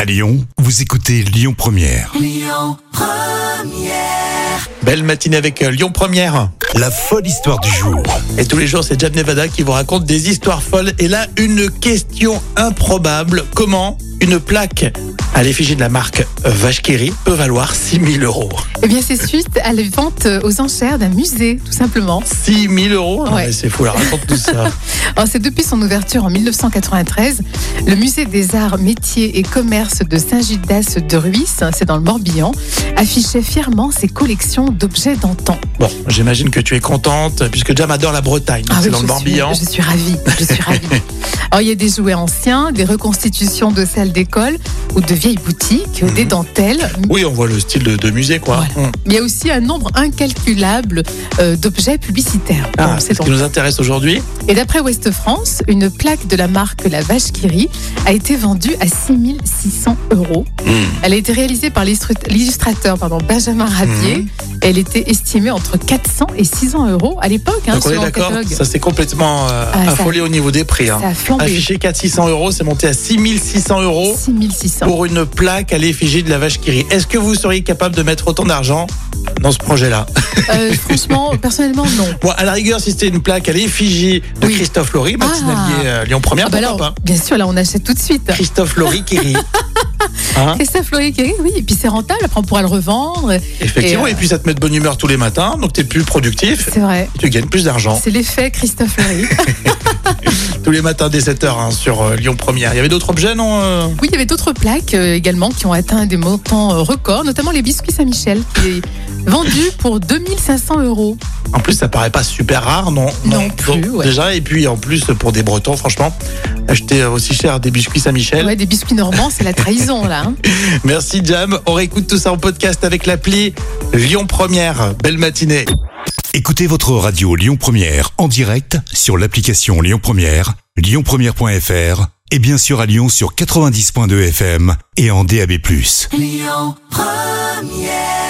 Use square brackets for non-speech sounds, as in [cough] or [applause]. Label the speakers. Speaker 1: À Lyon, vous écoutez Lyon Première.
Speaker 2: Belle matinée avec euh, Lyon Première.
Speaker 1: La folle histoire du jour.
Speaker 2: Et tous les jours, c'est Jam Nevada qui vous raconte des histoires folles. Et là, une question improbable. Comment une plaque à l'effigie de la marque Vachkiri peut valoir 6000 euros
Speaker 3: Eh bien, c'est suite à la vente aux enchères d'un musée, tout simplement.
Speaker 2: 6000 euros Non,
Speaker 3: Ouais.
Speaker 2: mais C'est fou, alors raconte tout
Speaker 3: [laughs]
Speaker 2: ça.
Speaker 3: Alors, Oh, c'est depuis son ouverture en 1993, le musée des arts, métiers et commerces de Saint-Gildas de Ruisse, hein, c'est dans le Morbihan, affichait fièrement ses collections d'objets d'antan.
Speaker 2: Bon, j'imagine que tu es contente, puisque Jam adore la Bretagne.
Speaker 3: Ah
Speaker 2: c'est
Speaker 3: oui,
Speaker 2: dans le
Speaker 3: je suis-
Speaker 2: Morbihan.
Speaker 3: Je suis ravie, je
Speaker 2: [laughs]
Speaker 3: suis ravie. Alors, il y a des jouets anciens, des reconstitutions de salles d'école ou de vieilles boutiques,
Speaker 2: Mhm.
Speaker 3: des dentelles,
Speaker 2: Oui, on voit le style de, de musée, quoi. Hum.
Speaker 3: mais il y a aussi un nombre incalculable euh, d'objets publicitaires.
Speaker 2: Ah,
Speaker 3: Bon,
Speaker 2: c'est
Speaker 3: c'est
Speaker 2: ce qui nous intéresse aujourd'hui.
Speaker 3: Et d'après Ouest France, une plaque de la marque La Vache qui rit a été vendue à 6600 euros. Elle a été réalisée par l'illustru- l'illustrateur pardon, Benjamin Rabier.
Speaker 2: Mhm.
Speaker 3: Elle était estimée entre 400 et 600 euros à l'époque, hein,
Speaker 2: Donc on est
Speaker 3: selon le
Speaker 2: d'accord,
Speaker 3: catalogue.
Speaker 2: ça c'est complètement euh,
Speaker 3: Ah, ça-
Speaker 2: affolé au niveau des prix. hein.
Speaker 3: Ça a flambé.
Speaker 2: Affiché 400-600 euros, c'est monté à 6600 euros.
Speaker 3: 6600.
Speaker 2: pour une plaque à l'effigie de la vache qui rit. Est-ce que vous seriez capable de mettre autant d'argent dans ce projet-là
Speaker 3: Euh,
Speaker 2: [laughs]
Speaker 3: franchement, personnellement, non.
Speaker 2: Bon, à la rigueur, si c'était une plaque à l'effigie de
Speaker 3: Oui.
Speaker 2: Christophe Laurie, bah,
Speaker 3: Ah.
Speaker 2: signalier, euh, Lyon Première,
Speaker 3: Ah bah
Speaker 2: pourquoi
Speaker 3: alors, bien sûr, là, on achète tout de suite.
Speaker 2: pas Christophe Laurie qui
Speaker 3: [laughs]
Speaker 2: rit. Hein
Speaker 3: Christophe Loïc, eh oui, et puis c'est rentable, après on pourra le revendre.
Speaker 2: Effectivement,
Speaker 3: Et, euh,
Speaker 2: et, puis ça te met de bonne humeur tous les matins, donc t'es plus productif.
Speaker 3: C'est vrai.
Speaker 2: et Tu gagnes plus d'argent
Speaker 3: C'est l'effet Christophe Loïc.
Speaker 2: tous les matins dès 7h sur euh, Lyon Première. Il y avait d'autres objets, non euh
Speaker 3: Oui, il y avait d'autres plaques euh, également qui ont atteint des montants euh, records, notamment les biscuits Saint-Michel, qui est vendu pour 2500 euros.
Speaker 2: En plus, ça paraît pas super rare, non
Speaker 3: Non plus, ouais.
Speaker 2: Déjà, et puis en plus, pour des Bretons, franchement, acheter aussi cher des biscuits Saint-Michel,
Speaker 3: Ouais, des biscuits normands, c'est la trahison là. hein.
Speaker 2: Merci Jam. On réécoute tout ça en podcast avec l'appli Lyon Première. Belle matinée.
Speaker 1: Écoutez votre radio Lyon Première en direct sur l'application Lyon Première, lyonpremière.fr et bien sûr à Lyon sur 90.2 FM et en DAB+.
Speaker 4: Lyon Première